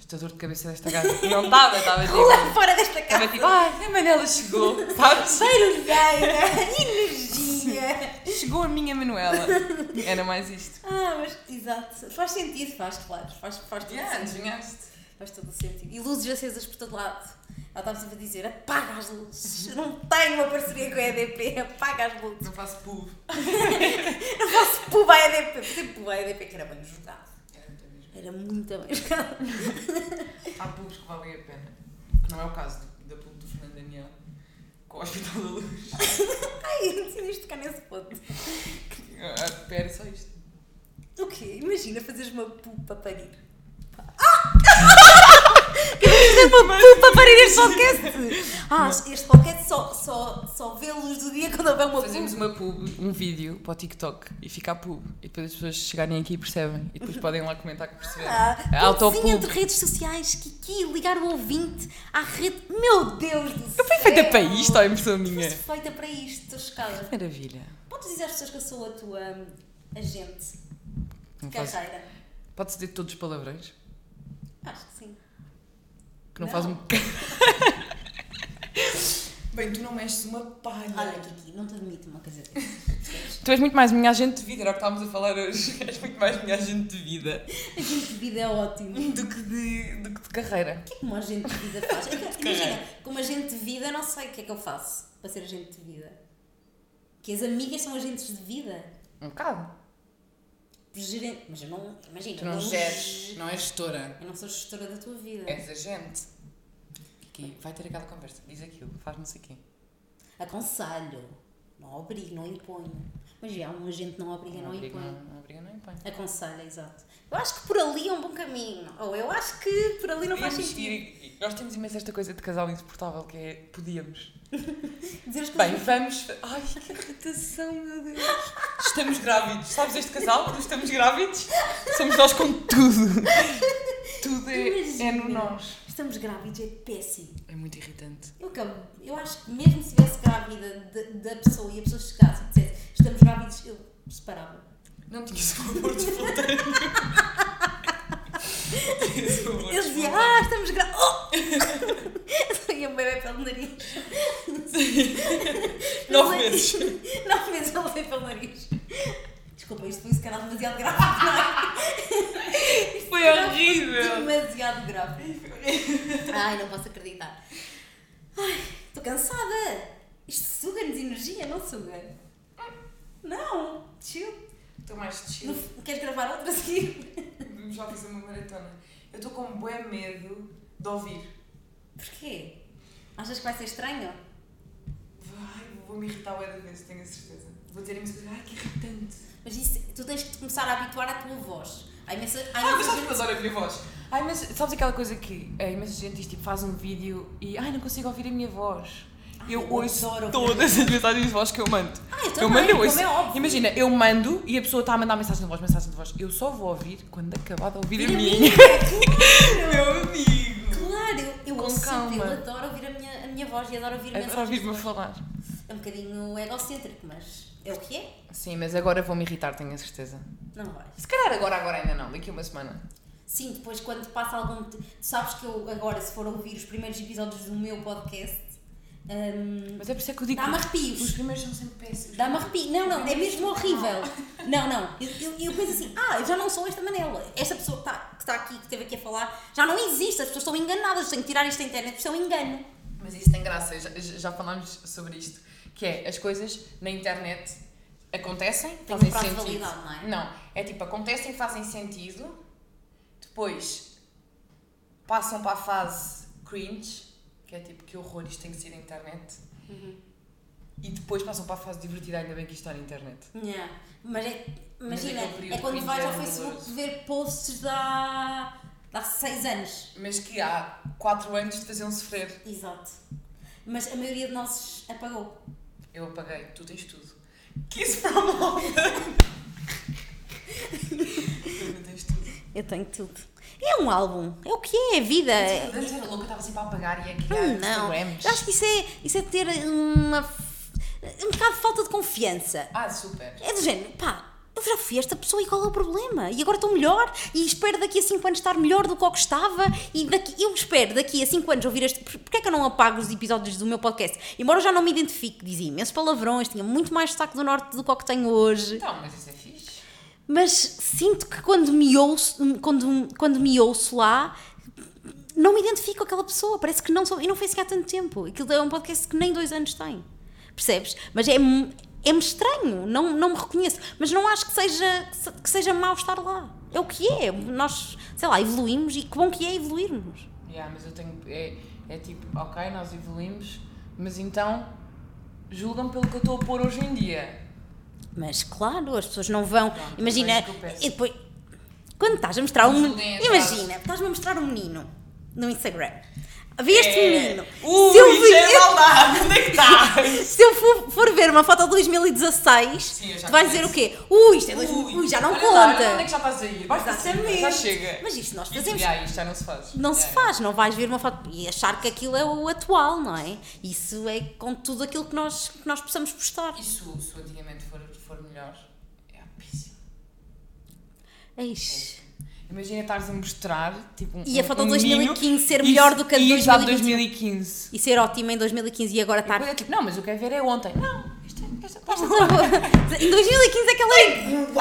Speaker 3: Esta dor de cabeça desta gaja. Não estava, estava tipo.
Speaker 2: Lá fora desta casa.
Speaker 3: Estava tipo, ai, a Manela chegou, sabes?
Speaker 2: Barulheira, energia.
Speaker 3: Chegou a minha Manuela. Era mais isto.
Speaker 2: Ah, mas exato. Faz sentido, faz, claro. Faz, faz todo sentido.
Speaker 3: adivinhaste.
Speaker 2: Faz todo o sentido. E luzes acesas por todo lado. Ela estava sempre a dizer: apaga as luzes. Eu Não tenho uma parceria com a EDP, apaga as luzes.
Speaker 3: Não faço pub.
Speaker 2: Não faço pub à EDP. Sempre pub à EDP, que era bem jogado. Era muito bem jogado.
Speaker 3: Há pubs que valem a pena. Que não é o caso da pub do Fernando Daniel. Com o Hospital da Luz.
Speaker 2: Ai, eu decidiste tocar nesse ponto.
Speaker 3: Ah, Espera, só isto.
Speaker 2: O quê? Imagina fazeres uma pub para parir. Para parir este podcast! Ah, este podcast só, só, só vê a luz do dia quando houver uma
Speaker 3: Fazemos
Speaker 2: pub.
Speaker 3: uma pub, um vídeo para o TikTok e fica a pub. E depois as pessoas chegarem aqui e percebem. E depois podem lá comentar que perceberam.
Speaker 2: Ah,
Speaker 3: É autopub.
Speaker 2: pontezinho entre redes sociais, Kiki, ligar o ouvinte à rede. Meu Deus do céu!
Speaker 3: Eu fui feita para isto, ou é impressão minha?
Speaker 2: Foste feita para isto, estou chocada.
Speaker 3: Maravilha.
Speaker 2: Podes dizer às pessoas que eu sou a tua hum, agente de
Speaker 3: Não faço-
Speaker 2: carreira?
Speaker 3: Pode-se dizer todos os palavrões?
Speaker 2: Acho que sim.
Speaker 3: Que não,
Speaker 2: Não.
Speaker 3: faz um. Bem, tu não mexes uma palha.
Speaker 2: Olha, Kiki, não te admito uma coisa dessas.
Speaker 3: Tu és muito mais minha agente de vida, era o que estávamos a falar hoje. És muito mais minha agente de vida
Speaker 2: Agente de vida é ótimo. O
Speaker 3: do que de, do que de carreira.
Speaker 2: que é que uma agente de vida faz? É que, imagina, como agente de vida, eu não sei o que é que eu faço para ser agente de vida. Que as amigas são agentes de vida.
Speaker 3: Um bocado.
Speaker 2: Gerente- Mas eu não. Imagina,
Speaker 3: Tu não
Speaker 2: eu
Speaker 3: geres, É. não és gestora.
Speaker 2: Eu não sou gestora da tua vida.
Speaker 3: És agente. Aqui, vai ter aquela conversa, diz aquilo, faz não sei o quê.
Speaker 2: Aconselho. Não obrigo, não imponho. Mas já, um agente não obriga, não,
Speaker 3: obriga,
Speaker 2: impõe.
Speaker 3: não, não obriga, não impõe.
Speaker 2: Aconselha, exato. Eu acho que por ali é um bom caminho. Ou eu acho que por ali não faz
Speaker 3: Podíamos
Speaker 2: sentido.
Speaker 3: ir- Nós temos imenso esta coisa de casal insuportável que é podíamos.
Speaker 2: Dizer as coisas.
Speaker 3: Bem, vamos. Ai, que irritação, meu Deus. Estamos grávidos. Sabes este casal? Estamos grávidos. Somos nós com tudo. Tudo é, é no
Speaker 2: Imagina.
Speaker 3: nós.
Speaker 2: Estamos grávidos, é péssimo.
Speaker 3: É muito irritante.
Speaker 2: Eu, acabo- eu acho que mesmo se tivesse grávida de- da pessoa e a pessoa chegasse e dissesse estamos grávidos, eu separava.
Speaker 3: Não tinha esse favor de espontâneo. Tinha esse favor
Speaker 2: Eles diziam, ah, estamos grávidos. Oh! Saía um bebê pelo nariz.
Speaker 3: Nove
Speaker 2: Ele-
Speaker 3: meses.
Speaker 2: Nove meses ele veio pelo nariz. Desculpa, isto foi um canal demasiado grave. é?
Speaker 3: Foi horrível.
Speaker 2: Demasiado grave.
Speaker 3: É,
Speaker 2: Ai, não posso acreditar. Ai, estou cansada. Isto suga-nos energia, não suga? Não, chill.
Speaker 3: Estou mais de
Speaker 2: No- Queres gravar outra a seguir?
Speaker 3: Vamos lá fazer uma maratona. Eu estou com um bué medo de ouvir.
Speaker 2: Porquê? Achas que vai ser estranho?
Speaker 3: Ai, vou-me irritar bué da vez, tenho a certeza. Vou ter imensa coisa. Ai, que irritante.
Speaker 2: Mas isso, tu tens que te começar a habituar à tua voz. Há imensa, há
Speaker 3: Ai, Ah, mas
Speaker 2: imensa
Speaker 3: sabes que eu adoro a minha voz. Ai, mas sabes aquela coisa que a imensa gente diz, tipo, faz um vídeo e ai, não consigo ouvir a minha voz. eu
Speaker 2: eu
Speaker 3: ouço
Speaker 2: adoro
Speaker 3: todas as mensagens de voz que eu mando.
Speaker 2: Ah, eu
Speaker 3: eu
Speaker 2: também,
Speaker 3: mando, eu
Speaker 2: como
Speaker 3: ouço.
Speaker 2: é óbvio.
Speaker 3: Imagina, eu mando e a pessoa está a mandar mensagem de voz, mensagem de voz. Eu só vou ouvir quando acabar de ouvir a
Speaker 2: Ouvir a
Speaker 3: minha.
Speaker 2: minha,
Speaker 3: Meu amigo!
Speaker 2: Claro, eu, eu
Speaker 3: Com
Speaker 2: ouço sempre,
Speaker 3: calma.
Speaker 2: eu adoro ouvir a minha, a minha voz e adoro ouvir a
Speaker 3: Agora ouvir-me a falar.
Speaker 2: É um bocadinho egocêntrico, mas é o que é.
Speaker 3: Sim, mas agora vou-me irritar, tenho a certeza.
Speaker 2: Não vais.
Speaker 3: Se calhar agora, agora ainda não, daqui a uma semana.
Speaker 2: Sim, depois quando passa algum. te- Tu sabes que eu agora, se for ouvir os primeiros episódios do meu podcast, hum,
Speaker 3: Mas é por isso é que eu digo.
Speaker 2: dá-me
Speaker 3: Os
Speaker 2: arrepios.
Speaker 3: primeiros são sempre péssimos.
Speaker 2: Dá-me arrepios. Não, não, é mesmo horrível. Não, não. Eu, eu, eu penso assim, ah, eu já não sou esta Manela. Esta pessoa que está aqui, que esteve aqui a falar, já não existe. As pessoas estão enganadas. Tenho que tirar isto da internet, porque isto é um engano.
Speaker 3: Mas isso tem graça, eu já, já falámos sobre isto, que é as coisas na internet acontecem,
Speaker 2: Tem
Speaker 3: fazem
Speaker 2: um prazo de
Speaker 3: sentido.
Speaker 2: validade, não é?
Speaker 3: Não, é tipo, acontecem, fazem sentido, depois passam para a fase cringe, que é tipo que horror isto tem que ser na internet.
Speaker 2: Uhum.
Speaker 3: E depois passam para a fase divertida, ainda bem que isto está na internet.
Speaker 2: Yeah. Mas é,
Speaker 3: Mas
Speaker 2: imagina,
Speaker 3: aquele período
Speaker 2: é quando
Speaker 3: cringe
Speaker 2: vais ao
Speaker 3: é
Speaker 2: Facebook
Speaker 3: doloroso.
Speaker 2: ver posts de há, de há seis anos.
Speaker 3: Mas que há 4 anos de faziam sofrer.
Speaker 2: Exato. Mas a maioria de nós apagou.
Speaker 3: Eu apaguei, tu tens tudo. Kiss from London! tu não tens tudo.
Speaker 2: Eu tenho tudo. É um álbum. É o que é, é vida.
Speaker 3: Mas Antes era louca, estava sempre a apagar e a criar
Speaker 2: Hum,
Speaker 3: Instagrams.
Speaker 2: Eu acho que isso é, isso é ter uma. f- um bocado de falta de confiança.
Speaker 3: Ah, super.
Speaker 2: É do género, pá, eu já fui esta pessoa e qual é o problema? E agora estou melhor e espero daqui a 5 anos estar melhor do que eu gostava e daqui, eu espero daqui a 5 anos ouvir este. por- Porquê é que eu não apago os episódios do meu podcast? Embora eu já não me identifique, dizia imensos palavrões, tinha muito mais sotaque do norte do que o que tenho hoje.
Speaker 3: Então, mas isso é fixe.
Speaker 2: Mas sinto que quando me ouço, quando, quando me ouço lá, não me identifico com aquela pessoa. Parece que não sou. E não foi assim há tanto tempo. Aquilo é um podcast que nem dois anos tem. Percebes? Mas é. É-me estranho, não, não me reconheço, mas não acho que seja, que seja mau estar lá. É o que é, nós, sei lá, evoluímos e que bom que é evoluirmos.
Speaker 3: Yeah, mas eu tenho. É, é tipo, ok, nós evoluímos, mas então julgam pelo que eu estou a pôr hoje em dia.
Speaker 2: Mas claro, as pessoas não vão.
Speaker 3: Pronto,
Speaker 2: imagina.
Speaker 3: é isso que eu penso. é
Speaker 2: E depois. Quando estás a mostrar um.
Speaker 3: Violenta.
Speaker 2: Imagina, estás-me a mostrar um menino no Instagram. Vi este
Speaker 3: É.
Speaker 2: menino.
Speaker 3: Ui,
Speaker 2: se eu, vi-
Speaker 3: já é maldade, onde é que está?
Speaker 2: se eu for, for ver uma foto de 2016,
Speaker 3: Sim, eu já
Speaker 2: tu vais dizer
Speaker 3: conheço.
Speaker 2: o quê? Ui, isto é dois, ui, já não
Speaker 3: olha lá, olha lá, Onde é
Speaker 2: conta.
Speaker 3: que já estás aí? Basta
Speaker 2: Exatamente.
Speaker 3: ser Já chega.
Speaker 2: Mas isto nós
Speaker 3: Isto,
Speaker 2: fazemos.
Speaker 3: yeah, isto já não se faz.
Speaker 2: Não se
Speaker 3: Yeah,
Speaker 2: faz, não vais ver uma foto e achar que aquilo é o atual, não é? Isso é com tudo aquilo que nós, que nós possamos postar.
Speaker 3: yeah. Isso, se antigamente for, for melhor, é péssimo.
Speaker 2: Eixe.
Speaker 3: Imagina estares a mostrar, tipo, um,
Speaker 2: E a foto de
Speaker 3: um
Speaker 2: 2015
Speaker 3: menino
Speaker 2: ser
Speaker 3: e-
Speaker 2: melhor do que a de
Speaker 3: e já
Speaker 2: 2015.
Speaker 3: 2015.
Speaker 2: e Ah. ser ótima é em 2015 e agora estar.
Speaker 3: Depois é tipo, não, mas eu quero ver é ontem. Não, isto é. Esta
Speaker 2: Tá
Speaker 3: está
Speaker 2: em 2015 é que ele.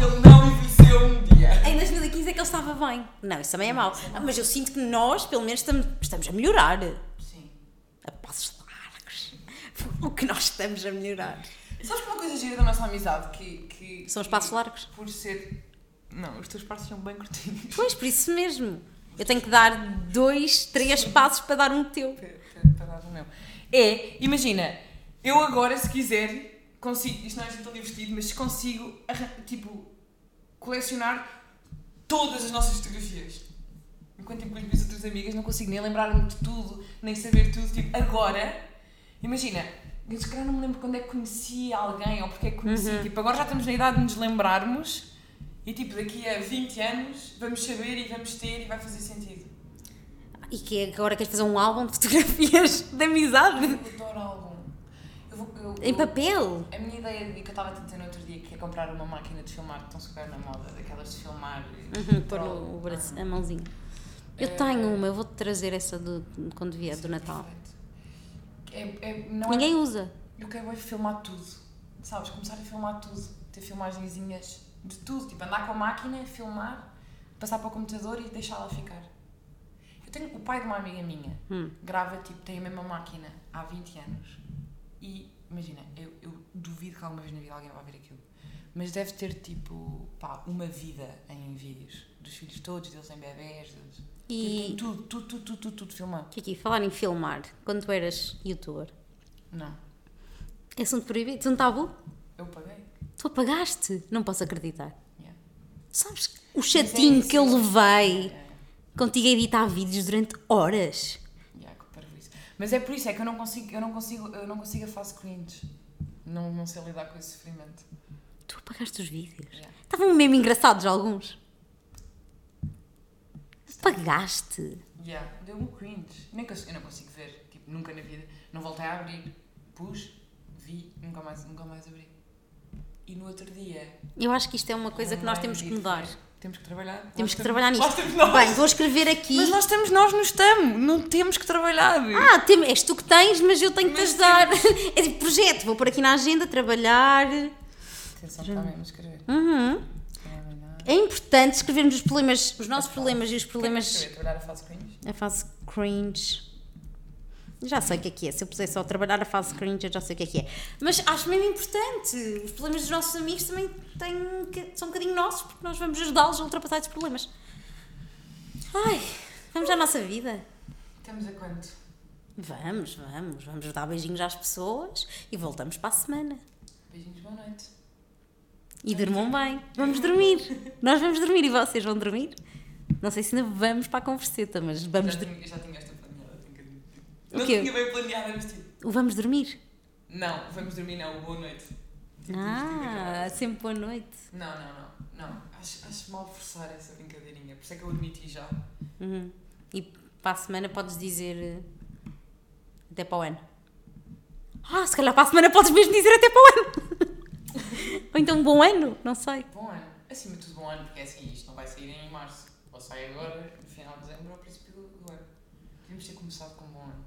Speaker 3: Ele não envelheceu um dia.
Speaker 2: Em 2015 é que ele estava bem. Não, isso também é mau. Ah, Mas eu sinto que nós, pelo menos, estamos, estamos a melhorar.
Speaker 3: Sim.
Speaker 2: A passos largos. O que nós estamos a melhorar.
Speaker 3: Sabes que uma coisa gira da nossa amizade que. que
Speaker 2: São os passos largos.
Speaker 3: Por ser. Não, os teus passos são bem curtinhos.
Speaker 2: Pois, por isso mesmo. Eu tenho que dar dois, três passos para dar um teu.
Speaker 3: Para- para- para dar o meu. É, imagina, eu agora, se quiser, consigo. Isto não é assim tão divertido, mas consigo, arran- tipo, colecionar todas as nossas fotografias. Enquanto tipo, com as minhas outras amigas não consigo nem lembrar-me de tudo, nem saber tudo. Tipo, agora, imagina, eu se calhar não me lembro quando é que conheci alguém ou porque é que conheci.
Speaker 2: Uhum.
Speaker 3: Tipo, agora já estamos na idade de nos lembrarmos e tipo, daqui a 20 anos vamos saber e vamos ter e vai fazer sentido.
Speaker 2: E que agora queres fazer um álbum de fotografias de amizade?
Speaker 3: Eu adoro álbum. Eu vou, eu-
Speaker 2: Em papel?
Speaker 3: A minha ideia de que eu estava a dizer no outro dia que é comprar uma máquina de filmar que estão super na moda, daquelas de filmar.
Speaker 2: Uhum, pôr no o braço, a mãozinha. Eu
Speaker 3: Eh,
Speaker 2: tenho uma, eu vou-te trazer essa do, quando vier do Natal.
Speaker 3: Ah, Perfeito. É, é, não
Speaker 2: Ninguém usa.
Speaker 3: é, eu quero é filmar tudo, sabes? Começar a filmar tudo, ter filmagenzinhas de tudo, tipo andar com a máquina, filmar, passar para o computador e deixá-la ficar. Eu tenho o pai de uma amiga minha,
Speaker 2: Hum.
Speaker 3: grava tipo, tem a mesma máquina há 20 anos e imagina, eu, eu duvido que alguma vez na vida alguém vá ver aquilo, mas deve ter tipo, pá, uma vida em vídeos, dos filhos todos, deles em bebés, deles.
Speaker 2: E
Speaker 3: Tipo, tudo, tudo, tudo, tudo, tudo, tudo filmado.
Speaker 2: aqui, falar em filmar, quando tu eras youtuber,
Speaker 3: Não,
Speaker 2: é assunto proibido, é um tabu?
Speaker 3: eu paguei.
Speaker 2: Tu apagaste? Não posso acreditar.
Speaker 3: Yeah.
Speaker 2: Sabes o chatinho que eu levei
Speaker 3: Yeah,
Speaker 2: contigo a editar vídeos durante horas?
Speaker 3: yeah, que parvoíce. Mas é por isso, é que eu não consigo, eu não consigo, eu não consigo a fase clientes. Não, não sei lidar com esse sofrimento.
Speaker 2: Tu apagaste os vídeos?
Speaker 3: Yeah.
Speaker 2: Estavam mesmo engraçados alguns. Apagaste?
Speaker 3: Yeah, deu-me cringe. Nem cons- eu não consigo ver, tipo, nunca na vida. Não voltei a abrir. Pus, vi, nunca mais, nunca mais abri. E no outro dia.
Speaker 2: Eu acho que isto é uma coisa que nós temos
Speaker 3: lembrei-me
Speaker 2: que
Speaker 3: disso.
Speaker 2: mudar.
Speaker 3: Temos que trabalhar. Lá
Speaker 2: Temos que
Speaker 3: estamos-
Speaker 2: trabalhar nisto.
Speaker 3: lá estamos nós.
Speaker 2: Bem, vou escrever aqui.
Speaker 3: Mas nós estamos, nós não estamos. Não temos que trabalhar.
Speaker 2: Ah, tem, és tu que tens, mas eu tenho que te
Speaker 3: Mas
Speaker 2: ajudar. É tipo projeto, vou pôr aqui na agenda, trabalhar.
Speaker 3: Atenção, está mesmo a escrever.
Speaker 2: Uhum. É importante escrevermos os problemas, os nossos problemas e os problemas.
Speaker 3: Escrever, trabalhar a fase cringe.
Speaker 2: A fase cringe. Já sei o que é que é. Se eu puser só a trabalhar a fase cringe, eu já sei o que é que é. Mas acho mesmo importante. Os problemas dos nossos amigos também têm que- são um bocadinho nossos, porque nós vamos ajudá-los a ultrapassar esses problemas. Ai, vamos à nossa vida.
Speaker 3: Estamos a quanto?
Speaker 2: Vamos, vamos, vamos dar beijinhos às pessoas e voltamos para a semana.
Speaker 3: Beijinhos, boa noite.
Speaker 2: E durmam bem. Vamos dormir. Nós vamos dormir e vocês vão dormir? Não sei se ainda vamos para a converseta, mas vamos,
Speaker 3: já,
Speaker 2: dur-
Speaker 3: tinha, já tinha esta planeada, tenho que admitir.
Speaker 2: O
Speaker 3: Não
Speaker 2: quê?
Speaker 3: tinha bem planeada, mas tipo.
Speaker 2: o vamos dormir.
Speaker 3: Não, vamos dormir, não, boa noite. Tipo, isto tinha
Speaker 2: Ah,
Speaker 3: que acabar.
Speaker 2: sempre boa noite.
Speaker 3: Não, não, não, não. Acho, acho mal forçar essa brincadeirinha, por isso é que eu admiti já.
Speaker 2: Uhum. E para a semana podes dizer eh, até para o ano. Ah, se calhar para a semana podes mesmo dizer até para o ano. Ou então bom ano, não sei.
Speaker 3: Bom ano. Acima de tudo, bom ano, porque é assim, isto não vai sair em março. Ou sai agora, no final de dezembro ou princípio do ano. Devíamos ter começado com bom ano.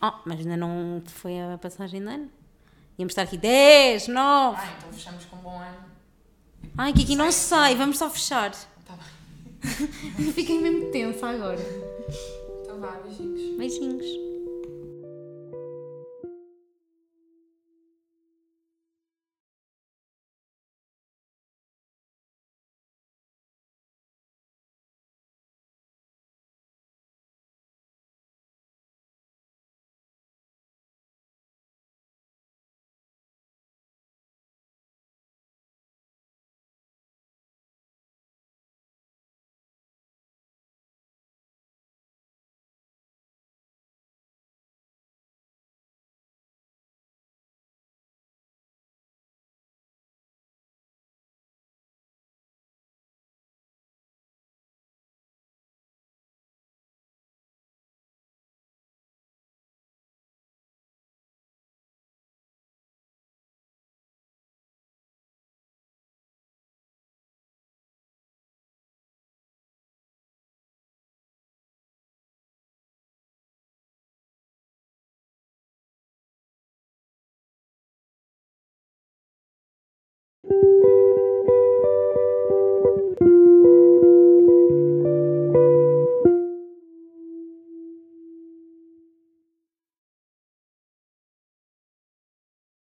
Speaker 2: Ah, mas ainda não foi a passagem de ano. Íamos estar aqui 10, 9.
Speaker 3: Ah, então fechamos com bom ano.
Speaker 2: Ai, que aqui não sei, vamos só fechar.
Speaker 3: Tá bem.
Speaker 2: Fiquei mesmo tensa agora.
Speaker 3: Então vá, beijinhos.
Speaker 2: Beijinhos.